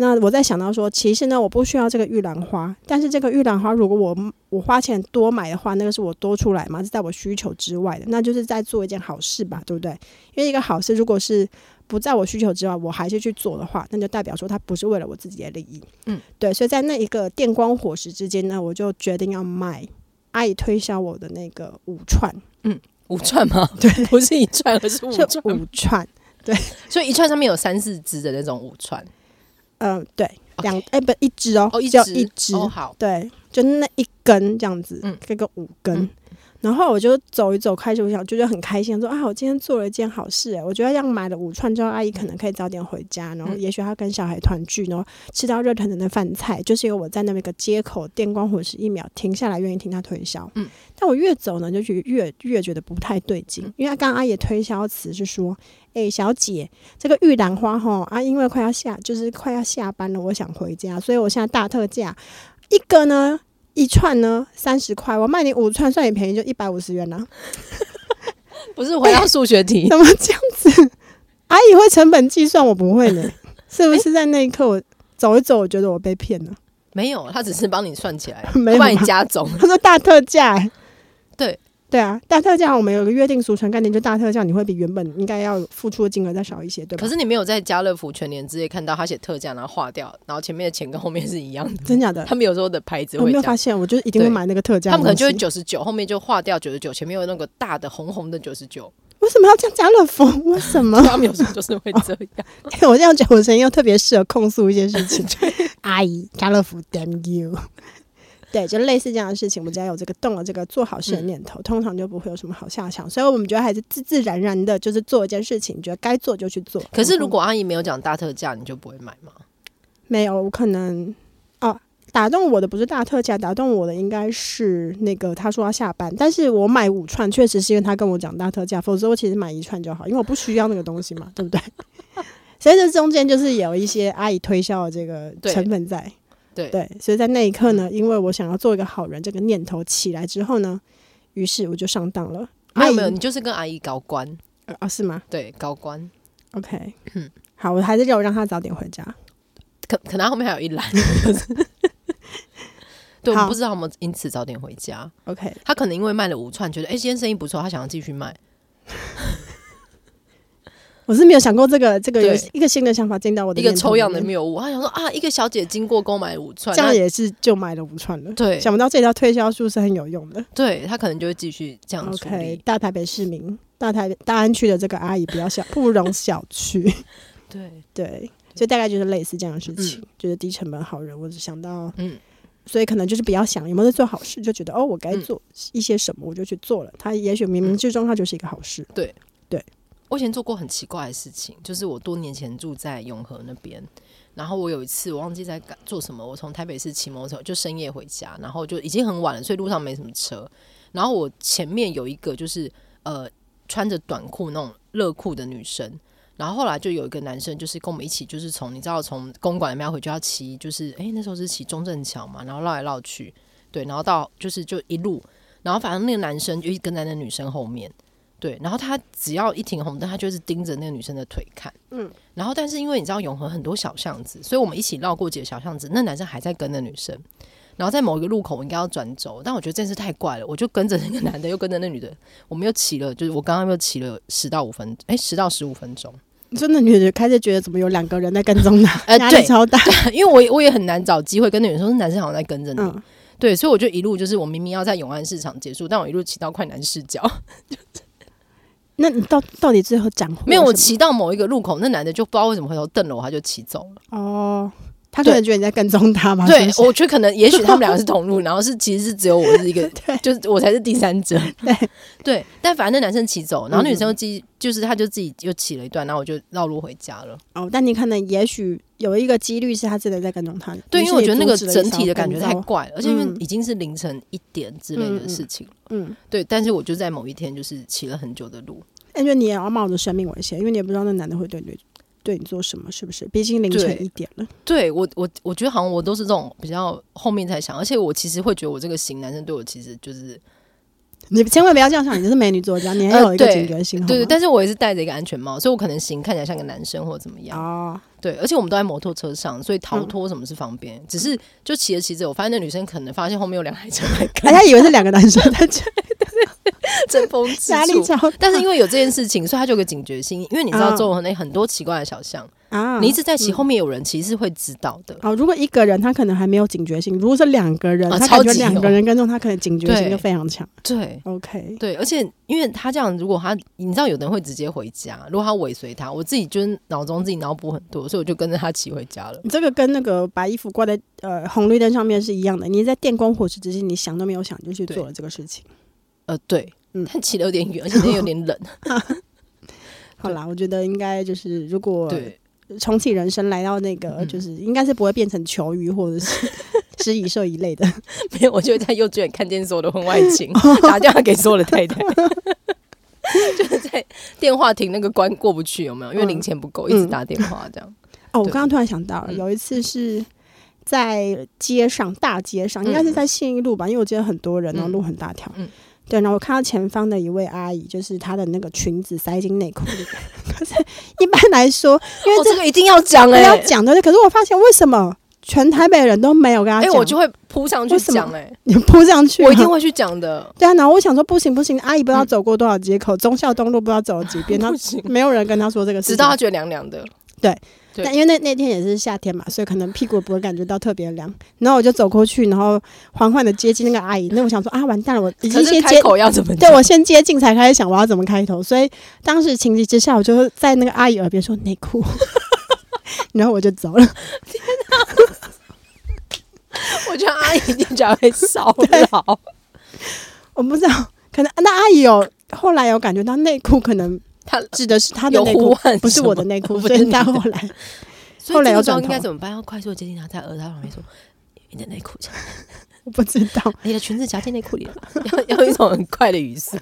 Speaker 3: 那我在想到说，其实呢，我不需要这个玉兰花，但是这个玉兰花，如果我我花钱多买的话，那个是我多出来嘛，是在我需求之外的，那就是在做一件好事吧，对不对？因为一个好事如果是不在我需求之外，我还是去做的话，那就代表说它不是为了我自己的利益。对，所以在那一个电光火石之间呢，我就决定要卖阿姨推销我的那个五串，
Speaker 2: 五串吗？对，不是一串，而是五
Speaker 3: 是
Speaker 2: 串。
Speaker 3: 五串，
Speaker 2: 所以一串上面有三四只的那种五串。
Speaker 3: 嗯、对，两哎、不一只哦，
Speaker 2: 哦，一
Speaker 3: 只有
Speaker 2: 只
Speaker 3: 一只，
Speaker 2: 哦，好，
Speaker 3: 对，就那一根这样子
Speaker 2: 嗯，
Speaker 3: 这个五根。
Speaker 2: 嗯
Speaker 3: 然后我就走一走，开始我想就觉得很开心，说啊，我今天做了一件好事、欸，我觉得这样买了五串之后，阿姨可能可以早点回家，然后
Speaker 2: 嗯
Speaker 3: 也许她跟小孩团聚，然后吃到热腾腾的饭菜，就是因为我在那边一个街口电光火石一秒停下来，愿意听她推销。
Speaker 2: 嗯，
Speaker 3: 但我越走呢，就觉越越觉得不太对劲，因为刚刚阿姨推销词是说，哎、小姐，这个玉兰花哈啊，因为快要下就是快要下班了，我想回家，所以我现在大特价，一个呢一串呢三十块，我卖你五串，算你便宜就一百五十元啦、啊
Speaker 2: 不是回到数学题，
Speaker 3: 怎么这样子？ 阿姨会成本计算，我不会 呢，是不是在那一刻我走一走，我觉得我被骗了？
Speaker 2: 没有，他只是帮你算起来，
Speaker 3: 没有
Speaker 2: 帮你
Speaker 3: 吗
Speaker 2: 加总。
Speaker 3: 他说大特价、欸，
Speaker 2: 对
Speaker 3: 对啊，大特价我们有个约定俗成概念，就大特价你会比原本应该要付出的金额再少一些，对吧
Speaker 2: 可？是你没有在家乐福全年之夜看到他写特价，然后划掉，然后前面的钱跟后面是一样的。
Speaker 3: 真假的？
Speaker 2: 他们有时候的牌子
Speaker 3: 我
Speaker 2: 会
Speaker 3: 没
Speaker 2: 这
Speaker 3: 有发
Speaker 2: 样，
Speaker 3: 现，我就一定会
Speaker 2: 对
Speaker 3: 买那个特价
Speaker 2: 他
Speaker 3: 的
Speaker 2: 们
Speaker 3: 东西。
Speaker 2: 可能就会九十九，后面就划掉九十九，前面有那个大的红红的九十九，
Speaker 3: 为什么要这样家乐福？为什么？
Speaker 2: 他们有时候就是会这 样。
Speaker 3: 我这样讲，我声音又特别适合控诉一些事 情。阿姨，家乐福，damn you！对，就类似这样的事情，我们只要有这个动了这个做好事的念
Speaker 2: 嗯
Speaker 3: 头，通常就不会有什么好下场。所以我们觉得还是自自然然的，就是做一件事情，觉得该做就去做。嗯
Speaker 2: 可是
Speaker 3: 然后
Speaker 2: 如果阿姨没有讲大特价，你就不会买吗？
Speaker 3: 没有，我可能哦，打动我的不是大特价，打动我的应该是那个他说要下班，但是我买五串确实是因为他跟我讲大特价，否则我其实买一串就好，因为我不需要那个东西嘛，对 不对？所以这中间就是有一些阿姨推销的这个
Speaker 2: 对
Speaker 3: 成分在，
Speaker 2: 对嗯
Speaker 3: 所以在那一刻呢，因为我想要做一个好人这个念头起来之后呢，于是我就上当了。
Speaker 2: 没
Speaker 3: 阿
Speaker 2: 有
Speaker 3: 姨
Speaker 2: 啊没有，你就是跟阿姨搞关，
Speaker 3: 呃哦，是吗
Speaker 2: 对，搞关。
Speaker 3: ？OK，
Speaker 2: 嗯
Speaker 3: 好，我还是有让他早点回家。
Speaker 2: 可 可能后面还有一栏。 对，我
Speaker 3: 好
Speaker 2: 们不知道有没有因此早点回家。
Speaker 3: OK，
Speaker 2: 他可能因为卖了五串，觉得哎、诶今天生意不错，他想要继续卖。
Speaker 3: 我是没有想过这个这个有
Speaker 2: 对
Speaker 3: 一个新的想法进到我的
Speaker 2: 一个
Speaker 3: 念头
Speaker 2: 抽
Speaker 3: 里
Speaker 2: 样的
Speaker 3: 面
Speaker 2: 谬误，他想说啊，一个小姐经过购买五串，
Speaker 3: 这样
Speaker 2: 那
Speaker 3: 也是就买了五串了。
Speaker 2: 对
Speaker 3: 想不到这条推销术是很有用的。
Speaker 2: 对，他可能就会继续这样处
Speaker 3: OK，
Speaker 2: 理。
Speaker 3: 大台北市民，大台大安区的这个阿姨不要小不容小 觑。
Speaker 2: 对，
Speaker 3: 对，就大概就是类似这样的事情，就是低成本好人。我只想到，
Speaker 2: 嗯，
Speaker 3: 所以可能就是比较想有没有在做好事，就觉得哦，我该做
Speaker 2: 嗯
Speaker 3: 一些什么，我就去做了。他也许冥冥之中他就是一个好事。
Speaker 2: 我以前做过很奇怪的事情，就是我多年前住在永和那边，然后我有一次我忘记在干做什么，我从台北市骑摩托车就深夜回家，然后就已经很晚了，所以路上没什么车。然后我前面有一个就是呃穿着短裤那种热裤的女生，然后后来就有一个男生就是跟我们一起，就是从你知道从公馆那边要回去要骑，就是诶那时候是骑中正桥嘛，然后绕来绕去，对，然后到就是就一路，然后反正那个男生就一直跟在那女生后面。对，然后他只要一停红灯，他就是盯着那个女生的腿看。嗯，然后但是因为你知道永和很多小巷子，所以我们一起绕过几个小巷子，那男生还在跟那女生。然后在某一个路口，我应该要转轴，但我觉得这件事太怪了，我就跟着那个男的，又跟着那女的，我们又骑了，就是我刚刚又骑了十到五分，哎，十到十五分钟。
Speaker 3: 真的，女的开始觉得怎么有两个人在跟踪她，
Speaker 2: 呃
Speaker 3: 压力
Speaker 2: 对
Speaker 3: 超大。
Speaker 2: 因为我也我也很难找机会跟那女生说，男生好像在跟着你。
Speaker 3: 嗯，
Speaker 2: 对，所以我就一路就是我明明要在永安市场结束，但我一路骑到快南市角，
Speaker 3: 那你到到底最后斩获
Speaker 2: 没有，我
Speaker 3: 什么
Speaker 2: 骑到某一个路口，那男的就不知道为什么回头瞪了我，他就骑走了。
Speaker 3: 哦，他可能觉得你在跟踪他嘛？啊是
Speaker 2: 对
Speaker 3: 不，是
Speaker 2: 我觉得可能， 也许他们两个是同路，然后是其实是只有我是一个，就是我才是第三者。
Speaker 3: 对
Speaker 2: 对，但反正那男生骑走，然后那女生
Speaker 3: 嗯
Speaker 2: 又自己，就是他就自己又骑了一段，然后我就绕路回家了。
Speaker 3: 哦，但你可能也许有一个几率是他真的在跟踪他。
Speaker 2: 对，
Speaker 3: 于
Speaker 2: 因
Speaker 3: 是
Speaker 2: 为我
Speaker 3: 你
Speaker 2: 觉得那
Speaker 3: 阻
Speaker 2: 个
Speaker 3: 止了
Speaker 2: 整
Speaker 3: 一
Speaker 2: 体的
Speaker 3: 场
Speaker 2: 感觉
Speaker 3: 跟
Speaker 2: 太
Speaker 3: 踪
Speaker 2: 怪了，而且因为
Speaker 3: 嗯
Speaker 2: 已经是凌晨一点之类
Speaker 3: 嗯
Speaker 2: 的
Speaker 3: 嗯
Speaker 2: 事情了。
Speaker 3: 嗯，
Speaker 2: 对，但是我就在某一天就是骑了很久的路，
Speaker 3: 但哎就你也要冒着生命危险，因为你也不知道那男的会对你对你做什么，是不是？毕竟凌晨
Speaker 2: 对
Speaker 3: 一点了，
Speaker 2: 对我，我我觉得好像我都是这种比较后面才想，而且我其实会觉得我这个型男生对我其实就是
Speaker 3: 你千万不要这样想，你这是美女作家，你还
Speaker 2: 呃
Speaker 3: 有一个
Speaker 2: 对
Speaker 3: 警觉性，好
Speaker 2: 对对，
Speaker 3: 吗
Speaker 2: 但是我也是戴着一个安全帽，所以我可能型看起来像个男生或者怎么样。
Speaker 3: 哦，
Speaker 2: 对，而且我们都在摩托车上，
Speaker 3: 嗯
Speaker 2: 所以逃脱什么是方便。只是就骑着骑着，我发现那女生可能发现后面有两台 车来
Speaker 3: 大
Speaker 2: 看，
Speaker 3: 哎家以为是两个男生 在这
Speaker 2: 争风吃
Speaker 3: 压力
Speaker 2: 醋。
Speaker 3: 超大，
Speaker 2: 但是因为有这件事情，所以她就有个警觉心。因为你知道，
Speaker 3: 啊
Speaker 2: 中文那很多奇怪的小巷，
Speaker 3: 啊，
Speaker 2: 你一直在骑，
Speaker 3: 嗯
Speaker 2: 后面有人其实是会知道的。
Speaker 3: 哦，如果一个人他可能还没有警觉性，如果是两个人，
Speaker 2: 啊
Speaker 3: 他感觉
Speaker 2: 超级
Speaker 3: 两
Speaker 2: 有
Speaker 3: 个人跟踪他，可能警觉性
Speaker 2: 对
Speaker 3: 就非常强。
Speaker 2: 对
Speaker 3: OK，
Speaker 2: 对，而且因为他这样，如果他你知道，有的人会直接回家。如果他尾随他，我自己就是脑中自己脑补很多，所以我就跟着他骑回家了。
Speaker 3: 你这个跟那个把衣服挂在呃红绿灯上面是一样的，你在电光火石之间，你想都没有想就去
Speaker 2: 对
Speaker 3: 做了这个事情。
Speaker 2: 呃，对，
Speaker 3: 嗯
Speaker 2: 但骑的有点远，而且那天有点 冷。
Speaker 3: 好啦，我觉得应该就是如果
Speaker 2: 对，
Speaker 3: 重启人生来到那个，
Speaker 2: 嗯
Speaker 3: 就是应该是不会变成球鱼或者是 吃蚁兽一类的。
Speaker 2: 没 有，我就会在幼稚园看见所有的婚外情， 打电话给所有的太太， 就是在电话亭那个关过不去，有没有？因为
Speaker 3: 嗯
Speaker 2: 零钱不够，一直打电话这样。
Speaker 3: 哦，我
Speaker 2: 对
Speaker 3: 刚刚突然想到了，
Speaker 2: 嗯
Speaker 3: 有一次是在街上，大街上，应该是在信义路吧，因为我记得很多人，然后
Speaker 2: 嗯
Speaker 3: 路很大条。
Speaker 2: 嗯
Speaker 3: 对，然后我看到前方的一位阿姨，就是她的那个裙子塞进内裤里。 可是一般来说，因
Speaker 2: 哦
Speaker 3: 为
Speaker 2: 这个一定要讲
Speaker 3: 这个
Speaker 2: 哎、
Speaker 3: 要讲的，可是我发现为什么全台北人都没有跟她
Speaker 2: 哎、
Speaker 3: 讲？
Speaker 2: 我就会扑上去
Speaker 3: 为什么
Speaker 2: 讲哎、
Speaker 3: 你扑上去、
Speaker 2: 我一定。会去讲的。
Speaker 3: 对啊，然后我想说不行不行，阿姨不知道
Speaker 2: 嗯
Speaker 3: 走过多少街口，忠孝东路不知道走了几 遍，她
Speaker 2: 不行，
Speaker 3: 没有人跟她说这个事情。
Speaker 2: 直到他觉得凉凉的。对
Speaker 3: 但因为那那天也是夏天嘛，所以可能屁股不会感觉到特别凉。然后我就走过去，然后缓缓的接近那个阿姨。那我想说啊，完蛋了，我已
Speaker 2: 可是
Speaker 3: 经先
Speaker 2: 开
Speaker 3: 接，
Speaker 2: 口要怎么
Speaker 3: 对
Speaker 2: 讲？
Speaker 3: 我先接近才开始想我要怎么开头。所以当时情急之下，我就在那个阿姨耳边说内裤， 然后我就走了。
Speaker 2: 我觉得阿姨店长会 骚扰。
Speaker 3: 我不知道，可能那阿姨有后来有感觉到内裤可能
Speaker 2: 他
Speaker 3: 指的是她的
Speaker 2: 有
Speaker 3: 内
Speaker 2: 呼
Speaker 3: 裤，
Speaker 2: 唤，
Speaker 3: 不是我的，内 裤，
Speaker 2: 不是
Speaker 3: 所以
Speaker 2: 你
Speaker 3: 她
Speaker 2: 的
Speaker 3: 后来
Speaker 2: 所以
Speaker 3: 后
Speaker 2: 这
Speaker 3: 来要
Speaker 2: 个时候
Speaker 3: 转头
Speaker 2: 应该怎么办？要快速地接近他，在耳朵旁边说：“你的内裤夹，
Speaker 3: 我不知道，
Speaker 2: 你的裙子夹进内裤里了。” 要要用一种很快的语速，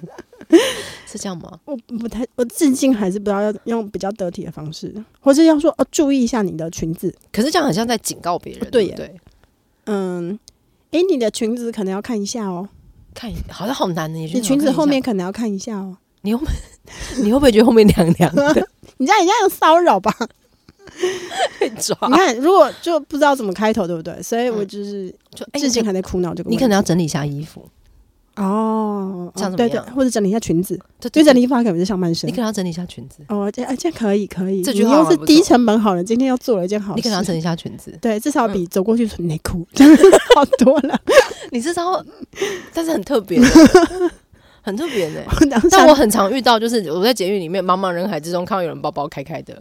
Speaker 2: 是这样吗？
Speaker 3: 我不太，我至今还是不知道要用比较得体的方式，或是要说哦，注意一下你的裙子。
Speaker 2: 可是这样很像在警告别人，
Speaker 3: 对
Speaker 2: 哦对
Speaker 3: 耶
Speaker 2: 不对？
Speaker 3: 嗯，诶，你的裙子可能要看一下哦，
Speaker 2: 看，好像好难的。
Speaker 3: 你裙子后面，可能要看一下哦。
Speaker 2: 你会不会你会不会觉得后面凉凉 的？
Speaker 3: 你这样人家有骚扰吧？
Speaker 2: 被抓？
Speaker 3: 你看，如果就不知道怎么开头，对不对？所以我就是
Speaker 2: 就哎，
Speaker 3: 至
Speaker 2: 你
Speaker 3: 今
Speaker 2: 可
Speaker 3: 还在苦恼这个问
Speaker 2: 你
Speaker 3: 题。
Speaker 2: 可能要整理一下衣服，
Speaker 3: 哦，
Speaker 2: 这样怎
Speaker 3: 哦
Speaker 2: 么
Speaker 3: 对对
Speaker 2: 样，
Speaker 3: 或者整理一下裙子，
Speaker 2: 对
Speaker 3: 对，整理，衣服可能是上半身
Speaker 2: 你可。能要整理一下裙子，
Speaker 3: 哦，这哎这可以可以，
Speaker 2: 这
Speaker 3: 你
Speaker 2: 句话
Speaker 3: 又
Speaker 2: 还
Speaker 3: 是
Speaker 2: 不错
Speaker 3: 低成本好人，今天又做了一件好
Speaker 2: 你可能要整
Speaker 3: 事。
Speaker 2: 理一下裙子。
Speaker 3: 对，至少
Speaker 2: 嗯
Speaker 3: 比走过去穿内裤 真的好多了。
Speaker 2: 你这招， 但是很特别 的，很特别的。
Speaker 3: 我当时
Speaker 2: 但我很常遇到，就是我在捷运里面茫茫人海之中看到有人包包开开的，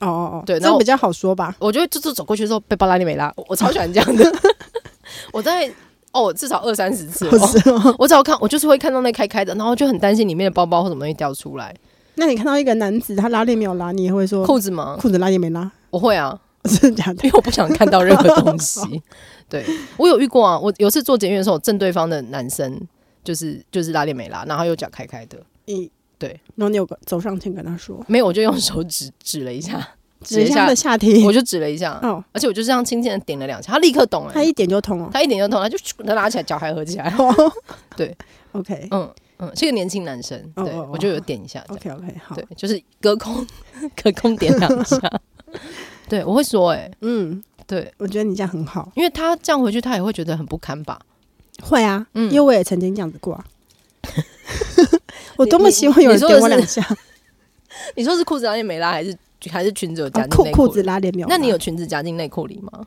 Speaker 3: 哦哦哦，
Speaker 2: 对
Speaker 3: 这
Speaker 2: 然后
Speaker 3: 比较好说吧。
Speaker 2: 我就会就是走过去的时候被包拉链没拉，我我超喜欢这样 的。我在哦，至少二三十次
Speaker 3: 不
Speaker 2: 哦。
Speaker 3: 是哦，
Speaker 2: 我只要看，我就是会看到那开开的，然后就很担心里面的包包或什么东西掉出来。
Speaker 3: 那你看到一个男子他拉链没有拉，你也会说
Speaker 2: 裤子吗？
Speaker 3: 裤子拉链没拉，
Speaker 2: 我会啊，
Speaker 3: 真的假的？
Speaker 2: 因为我不想看到任何东
Speaker 3: 哦
Speaker 2: 西。对我有遇过啊，我有次做捷运的时候，我正对方的男生就是就是拉链没拉，然后右脚开开的，
Speaker 3: 你
Speaker 2: 对，
Speaker 3: 然后你有个走上前跟他说，
Speaker 2: 没有我就用手指指了一 下，
Speaker 3: 指
Speaker 2: 指
Speaker 3: 一
Speaker 2: 一
Speaker 3: 下他
Speaker 2: 下
Speaker 3: 的下体
Speaker 2: 我，就指了一下，
Speaker 3: 哦，
Speaker 2: 而且我就这样轻轻的点了两下，他立刻懂了、
Speaker 3: 他一点就痛了。哦
Speaker 2: 他一点就懂，他就咻嗯他拉起来，脚还合起来。对
Speaker 3: ，OK
Speaker 2: 嗯嗯，是个年轻男生，
Speaker 3: 哦
Speaker 2: 对
Speaker 3: 哦哦
Speaker 2: 我就有点一下这样
Speaker 3: OK OK，好，
Speaker 2: 对，就是隔空隔空点两下。 对，我会说、哎，
Speaker 3: 嗯，
Speaker 2: 对，
Speaker 3: 我觉得你这样很好。
Speaker 2: 因为他这样回去，他也会觉得很不堪吧？
Speaker 3: 会啊，
Speaker 2: 嗯
Speaker 3: 因为我也曾经这样子 过啊。我多么希望有人
Speaker 2: 你你
Speaker 3: 点我两下，
Speaker 2: 你说是裤子拉链没拉，还是还是裙子有夹
Speaker 3: 啊
Speaker 2: 进
Speaker 3: 裤
Speaker 2: 内
Speaker 3: 裤
Speaker 2: 裤
Speaker 3: 子
Speaker 2: 里？
Speaker 3: 拉链没有拉？
Speaker 2: 那你有裙子夹进内裤里吗？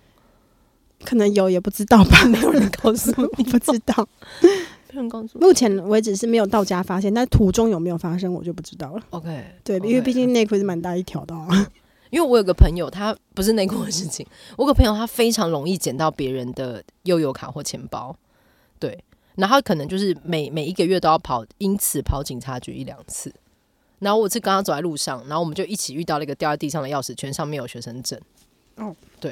Speaker 3: 可能有也不知道吧？
Speaker 2: 没有人告 诉
Speaker 3: 我
Speaker 2: 你，
Speaker 3: 不知道，
Speaker 2: 没有人告诉我。
Speaker 3: 目前为止是没有到家发现，但途中有没有发生我就不知道了。
Speaker 2: OK，
Speaker 3: 对，因为毕
Speaker 2: 嗯
Speaker 3: 竟内裤是蛮大一条的、哦。
Speaker 2: 因为我有个朋友，他不是内裤的事情，我有个朋友他非常容易捡到别人的悠游卡或钱包，对，然后他可能就是每每一个月都要跑，因此跑警察局一两次。然后我是跟他走在路上，然后我们就一起遇到了一个掉在地上的钥匙圈，上面有学生证。
Speaker 3: 哦，
Speaker 2: 对，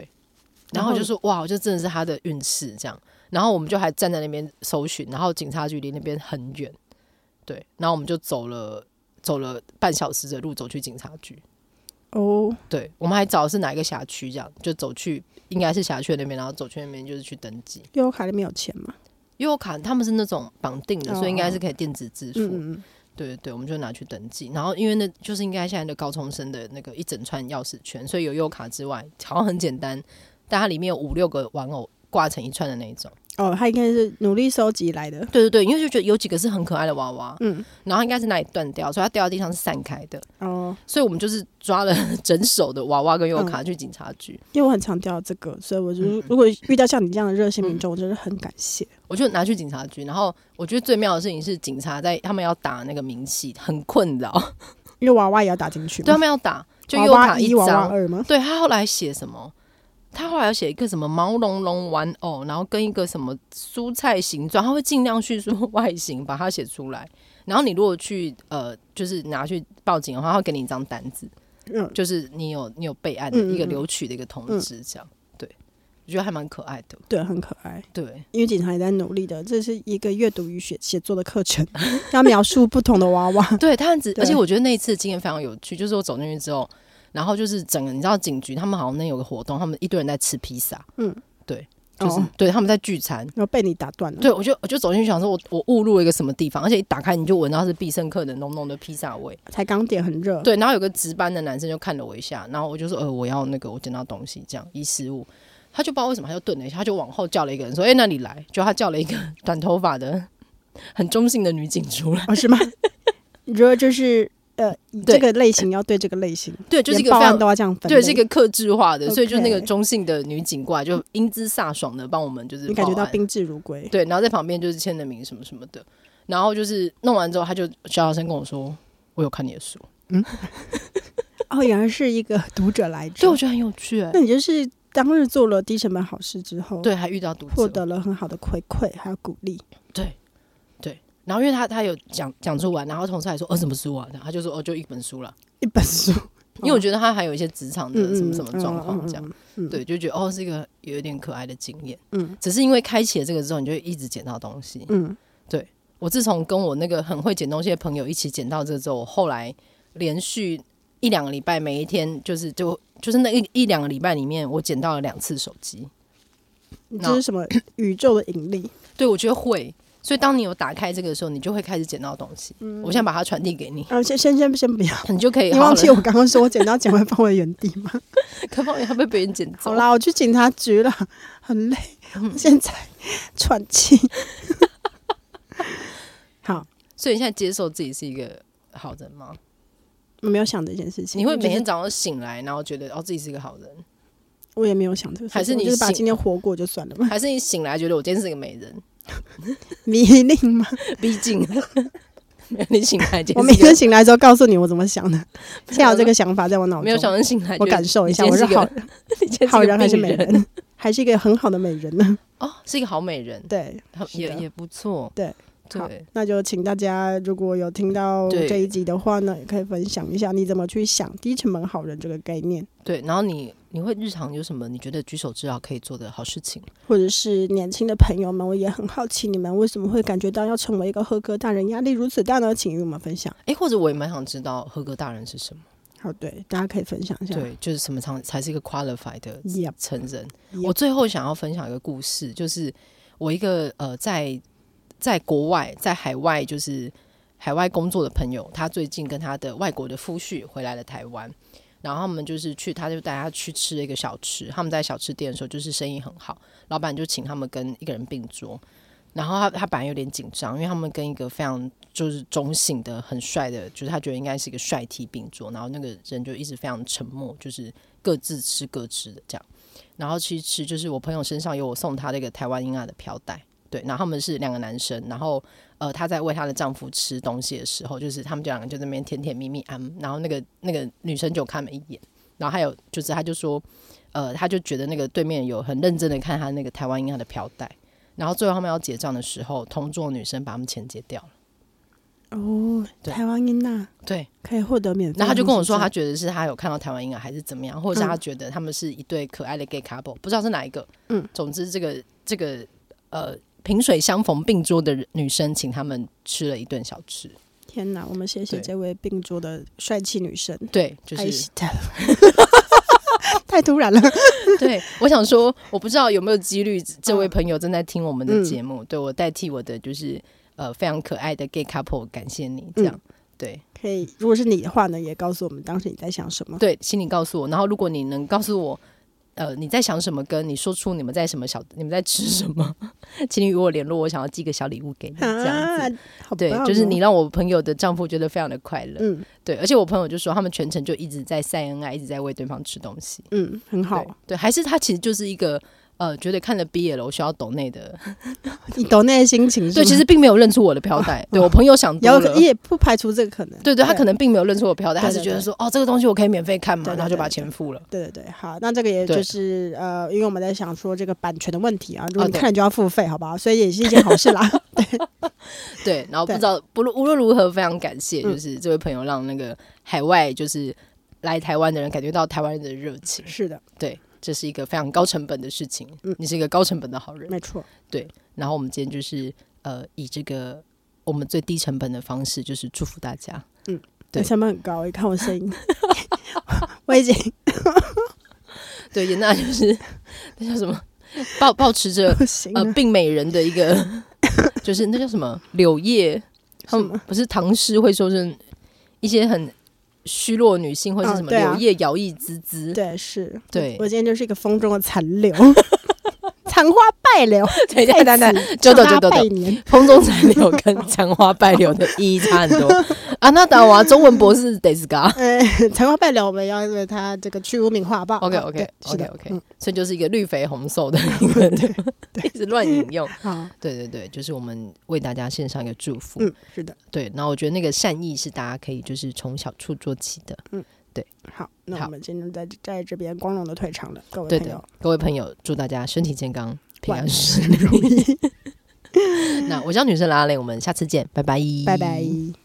Speaker 3: 然
Speaker 2: 然
Speaker 3: 后
Speaker 2: 后我就说哇，就真的是他的运势这样。然后我们就还站在那边搜寻，然后警察局离那边很远，对，然后我们就走了走了半小时的路走去警察局。
Speaker 3: 哦，
Speaker 2: 对，我们还找的是哪一个辖区，这样就走去应该是辖区那边，然后走去那边就是去登记。
Speaker 3: 悠游卡里面有钱嘛？
Speaker 2: 因为我卡他们是那种绑定的，
Speaker 3: 哦
Speaker 2: 所以应该是可以电子支付。
Speaker 3: 嗯嗯
Speaker 2: 对对对，我们就拿去登记。然后因为那就是应该现在的高中生的那个一整串钥匙圈，所以有优卡之外，好像很简单，但它里面有五六个玩偶挂成一串的那一种。
Speaker 3: 嗯，哦，他应该是努力收集来的。
Speaker 2: 对对对，因为就觉得有几个是很可爱的娃娃，
Speaker 3: 嗯，
Speaker 2: 然后应该是哪里断掉，所以它掉到地上是散开的。
Speaker 3: 哦，
Speaker 2: 所以我们就是抓了 整手的娃娃跟优卡去警察局。
Speaker 3: 因为我很常掉这个，所以我
Speaker 2: 嗯
Speaker 3: 就是
Speaker 2: 嗯
Speaker 3: 如果遇到像你这样的热心民众，我真的很感谢。
Speaker 2: 我就拿去警察局，然后我觉得最妙的事情是，警察在他们要打那个明细，很困扰，
Speaker 3: 因为娃娃也要打进去嘛，
Speaker 2: 对他们要打，就
Speaker 3: 娃
Speaker 2: 优
Speaker 3: 娃
Speaker 2: 卡一
Speaker 3: 一、娃娃
Speaker 2: 张。
Speaker 3: 二吗？
Speaker 2: 对他后来写什么？他后来有写一个什么毛茸茸玩偶，然后跟一个什么蔬菜形状，他会尽量呃叙述外形，把它写出来。然后你如果去呃，就是拿去报警的话，他会给你一张单子，
Speaker 3: 嗯，
Speaker 2: 就是你有你有备案的
Speaker 3: 嗯嗯
Speaker 2: 一个
Speaker 3: 嗯
Speaker 2: 留取的一个通知，这样。对，我觉得还蛮可爱的。
Speaker 3: 对，很可爱。
Speaker 2: 对，
Speaker 3: 因为警察也在努力的，这是一个阅读与写写作的课程， 要描述不同的娃娃。
Speaker 2: 对，他只
Speaker 3: 对
Speaker 2: 而且我觉得那一次的经验非常有趣，就是我走进去之后，然后就是整个你知道警局他们好像那有个活动，他们一堆人在吃披萨，
Speaker 3: 嗯，
Speaker 2: 对，就是、
Speaker 3: 哦
Speaker 2: 对他们在聚餐，
Speaker 3: 然后被你打断了。
Speaker 2: 对，我就我就走进去想说我，我误入了一个什么地方，而且一打开你就闻到是必胜客的浓浓的披萨味。
Speaker 3: 才刚点很热，
Speaker 2: 对，然后有个值班的男生就看了我一下，然后我就说，呃，我要那个我捡到东西这样遗失物。他就不知道为什么他就顿了一下，他就往后叫了一个人说，哎、那你来。就他叫了一个 短头发的 很中性的女警出来，
Speaker 3: 哦，是吗？你觉得就是呃，以
Speaker 2: 对
Speaker 3: 这个类型要对这个类型，
Speaker 2: 对，就是一
Speaker 3: 连
Speaker 2: 个
Speaker 3: 报
Speaker 2: 非
Speaker 3: 案
Speaker 2: 常
Speaker 3: 都要这样分类，
Speaker 2: 对，是一个克制化的，所以就是那个
Speaker 3: OK
Speaker 2: 中性的女警过来，就英姿飒爽的帮我们就是
Speaker 3: 你感觉
Speaker 2: 报
Speaker 3: 到
Speaker 2: 案
Speaker 3: 宾至如归。
Speaker 2: 对，然后在旁边就是签了名什么什么的，然后就是弄完之后，他就小小声跟我说：“我有看你的书。
Speaker 3: 哦，原来是一个读者来”
Speaker 2: 对，
Speaker 3: 着
Speaker 2: 我。觉得很有趣、欸
Speaker 3: 那。你就是当日做了低成本好事之后，，
Speaker 2: 对，还遇到读
Speaker 3: 获
Speaker 2: 者，
Speaker 3: 得了很好的回馈还有鼓励。
Speaker 2: 然后因为他他有讲讲出完，然后同事还说：“哦，什么书啊？”然后他就说：“哦，就一本书了。
Speaker 3: 一本 书，”
Speaker 2: 因为我觉得他还有一些职场的
Speaker 3: 嗯
Speaker 2: 什么什么状况这样，，
Speaker 3: 嗯，
Speaker 2: 对，就觉得哦是一个有一点可爱的经验。
Speaker 3: 嗯
Speaker 2: 只是因为开启了这个之后，你就会一直捡到东西。
Speaker 3: 嗯
Speaker 2: 我自从跟我那个很会捡东西的朋友一起捡到这之后，我后来连续一两个礼拜，每一天就是就就是那一一两个礼拜里面，我捡到了两次手机。
Speaker 3: 嗯，
Speaker 2: 那
Speaker 3: 这是什么宇宙的引力？
Speaker 2: 对，我觉得会。所以当你有打开这个的时候，你就会开始捡到东西。我现在把它传递给你，
Speaker 3: 啊，先先先先不要，
Speaker 2: 你就可以
Speaker 3: 嗯你
Speaker 2: 好
Speaker 3: 忘
Speaker 2: 了。
Speaker 3: 记我刚刚说我剪刀剪会放回原地 吗？
Speaker 2: 可不可以它被别人捡走？
Speaker 3: 好啦，我去警察局了，很累，
Speaker 2: 嗯
Speaker 3: 我现在喘气。 好，
Speaker 2: 所以你现在接受自己是一个好人吗？
Speaker 3: 我没有想这件事情。
Speaker 2: 你会
Speaker 3: 我
Speaker 2: 每
Speaker 3: 就
Speaker 2: 天
Speaker 3: 是
Speaker 2: 早上醒来，然后觉得哦自己是一个好人，
Speaker 3: 我也没有想这个事情，
Speaker 2: 还是你
Speaker 3: 我就是把
Speaker 2: 醒
Speaker 3: 今天活过就算 了嘛？
Speaker 2: 还是你醒来觉得我今天是个美 人？
Speaker 3: 迷令吗？
Speaker 2: 毕 竟，没有你醒来今天
Speaker 3: 我每
Speaker 2: 是一个
Speaker 3: 天醒来之后告诉你我怎么 想的。现在有这个想法在我脑中，
Speaker 2: 没有想到醒来，
Speaker 3: 我感受一下，
Speaker 2: 你
Speaker 3: 我
Speaker 2: 今
Speaker 3: 是
Speaker 2: 天
Speaker 3: 好
Speaker 2: 是 你今天是
Speaker 3: 好
Speaker 2: 个
Speaker 3: 人还是
Speaker 2: 病
Speaker 3: 美人，还是一个很好的美人呢？
Speaker 2: 哦，是一个好美人，
Speaker 3: 对，
Speaker 2: 好
Speaker 3: 是
Speaker 2: 也
Speaker 3: 的
Speaker 2: 也不错，
Speaker 3: 对好
Speaker 2: 对，
Speaker 3: 那就请大家如果有听到
Speaker 2: 对
Speaker 3: 这一集的话呢，也可以分享一下你怎么去想低成本好人这个概念，
Speaker 2: 对。然后你你会日常有什么你觉得举手之劳可以做的好事情？
Speaker 3: 或者是年轻的朋友们，我也很好奇你们为什么会感觉到要成为一个合格大人压力如此大呢？请与我们分享。
Speaker 2: 诶，或者我也蛮想知道合格大人是什么？
Speaker 3: 好，对，大家可以分享一下。
Speaker 2: 对，就是什么才才是一个 qualified 的
Speaker 3: Yep，
Speaker 2: 成人。
Speaker 3: Yep
Speaker 2: 我最后想要分享一个故事，就是我一个呃在在国外在海外就是海外工作的朋友，他最近跟他的外国的夫婿回来了台湾，然后他们就是去，他就带他去吃了一个小吃，他们在小吃店的时候就是生意很好，老板就请他们跟一个人并桌。然后他他本来有点紧张，因为他们跟一个非常就是中性的、很帅的，就是他觉得应该是一个帅 T 并桌，然后那个人就一直非常沉默，就是各自吃各吃的这样。然后其实就是我朋友身上有我送她的一个台湾婴儿的飘带，对，然后他们是两个男生，然后呃她在喂她的丈夫吃东西的时候，就是他们就两个就在那边甜甜蜜蜜嗯，然后那个那个女生就看了一眼，然后还有就是她就说，呃，她就觉得那个对面有很认真的看她那个台湾婴儿的飘带，然后最后他们要结账的时候，同桌的女生把他们钱结掉了，
Speaker 3: 哦，
Speaker 2: 对
Speaker 3: 台湾音娜
Speaker 2: 对，
Speaker 3: 可以获得免费。
Speaker 2: 然后他就跟我说，他
Speaker 3: 他
Speaker 2: 觉得是他有看到台湾婴儿还是怎么样，或者是他觉得他们是一对可爱的 gay couple，不知道是哪一个。
Speaker 3: 嗯，
Speaker 2: 总之这个这个呃萍水相逢并桌的女生，请他们吃了一顿小吃。
Speaker 3: 天哪，我们谢谢
Speaker 2: 对
Speaker 3: 这位病桌的帅气女神，
Speaker 2: 对，就
Speaker 3: 爱
Speaker 2: 是
Speaker 3: 惜她 太突然了，
Speaker 2: 对。我想说，我不知道有没有几率，这位朋友正在听我们的
Speaker 3: 嗯
Speaker 2: 节目，对我代替我的就是呃非常可爱的 gay couple，感谢你这样。对
Speaker 3: 可以，如果是你的话呢，也告诉我们当时你在想什么。
Speaker 2: 对，请你告诉我。然后，如果你能告诉我，呃，你在想什么，跟你说出你们在什么小，你们在吃什么， 请你与我联络，我想要寄个小礼物给你，这样子。
Speaker 3: 啊，好
Speaker 2: 对
Speaker 3: 棒，
Speaker 2: 就是
Speaker 3: 哦
Speaker 2: 你，让我朋友的丈夫觉得非常的快乐。
Speaker 3: 嗯
Speaker 2: 对，而且我朋友就说，他们全程就一直在晒恩爱，一直在喂对方吃东西。
Speaker 3: 嗯，很好
Speaker 2: 对，，对，还是他其实就是一个呃，觉得看了 BL 需要抖内的，
Speaker 3: 你懂那些心情是
Speaker 2: 对，
Speaker 3: 吗
Speaker 2: 其实并没有认出我的飘带，对我朋友想多
Speaker 3: 有
Speaker 2: 了，
Speaker 3: 也不排除这个可能。
Speaker 2: 对对，他可能并没有认出我飘带，
Speaker 3: 对
Speaker 2: 他
Speaker 3: 对
Speaker 2: 是觉得说哦，这个东西我可以免费看嘛，
Speaker 3: 对对
Speaker 2: 然后就把
Speaker 3: 对对
Speaker 2: 钱付了。
Speaker 3: 对对对，好，那这个也
Speaker 2: 对
Speaker 3: 就是呃，因为我们在想说这个版权的问题啊，如果
Speaker 2: 啊
Speaker 3: 你
Speaker 2: 对
Speaker 3: 看了就要付费，好不好？所以也是一件好 事啦。
Speaker 2: 对，然后不
Speaker 3: 对
Speaker 2: 知道不论无论如何，非常感谢，
Speaker 3: 嗯
Speaker 2: 就是这位朋友让那个海外就是来台湾的人感觉到台湾人的热情。
Speaker 3: 是的，
Speaker 2: 对，这是一个非常高成本的事情
Speaker 3: 嗯。
Speaker 2: 你是一个高成本的好人。
Speaker 3: 没错。
Speaker 2: 然后我们今天就是呃，以这个我们最低成本的方式，就是祝福大家。对
Speaker 3: 那成本很高，你看我声音， 我已经
Speaker 2: 对，严娜就是 那叫什么，保保持着
Speaker 3: 不行
Speaker 2: 呃
Speaker 3: 了。
Speaker 2: 病美人的一个， 就是那叫什么柳叶，他
Speaker 3: 什
Speaker 2: 们
Speaker 3: 么
Speaker 2: 不是唐诗会说是一些很虚弱的女性会是
Speaker 3: 嗯
Speaker 2: 什么、
Speaker 3: 对啊
Speaker 2: 柳叶摇曳滋滋，
Speaker 3: 对，是
Speaker 2: 对
Speaker 3: 我今天就是一个风中的残 柳，残花败柳，哎
Speaker 2: 对对
Speaker 3: 在
Speaker 2: 对对，
Speaker 3: 此
Speaker 2: 久哎等
Speaker 3: 长达
Speaker 2: 久等
Speaker 3: 百年。
Speaker 2: 风中残柳跟残花败柳的意义差很多啊。那当然，中文博士得是嘎。
Speaker 3: 呃，残花败柳，我们要为它这个去污名化吧。
Speaker 2: OK
Speaker 3: 啊
Speaker 2: OK
Speaker 3: 对是
Speaker 2: OK
Speaker 3: 的
Speaker 2: OK，
Speaker 3: 嗯
Speaker 2: 所以就是一个绿肥红瘦的一个，对，一直乱引用。
Speaker 3: 好，
Speaker 2: 对对对，就是我们为大家献上一个祝福。
Speaker 3: 嗯，是的，
Speaker 2: 对，然后我觉得那个善意是大家可以就是从小处做起的。
Speaker 3: 好，那
Speaker 2: 好
Speaker 3: 我们今天在在这边光荣的退场了，各位
Speaker 2: 对
Speaker 3: 朋
Speaker 2: 的
Speaker 3: 友，，
Speaker 2: 各位朋友，祝大家身体健康，平
Speaker 3: 万
Speaker 2: 安
Speaker 3: 事
Speaker 2: 顺
Speaker 3: 如
Speaker 2: 利。
Speaker 3: 意，
Speaker 2: 那我叫女生拉蕾，我们下次见，拜拜，
Speaker 3: 拜拜。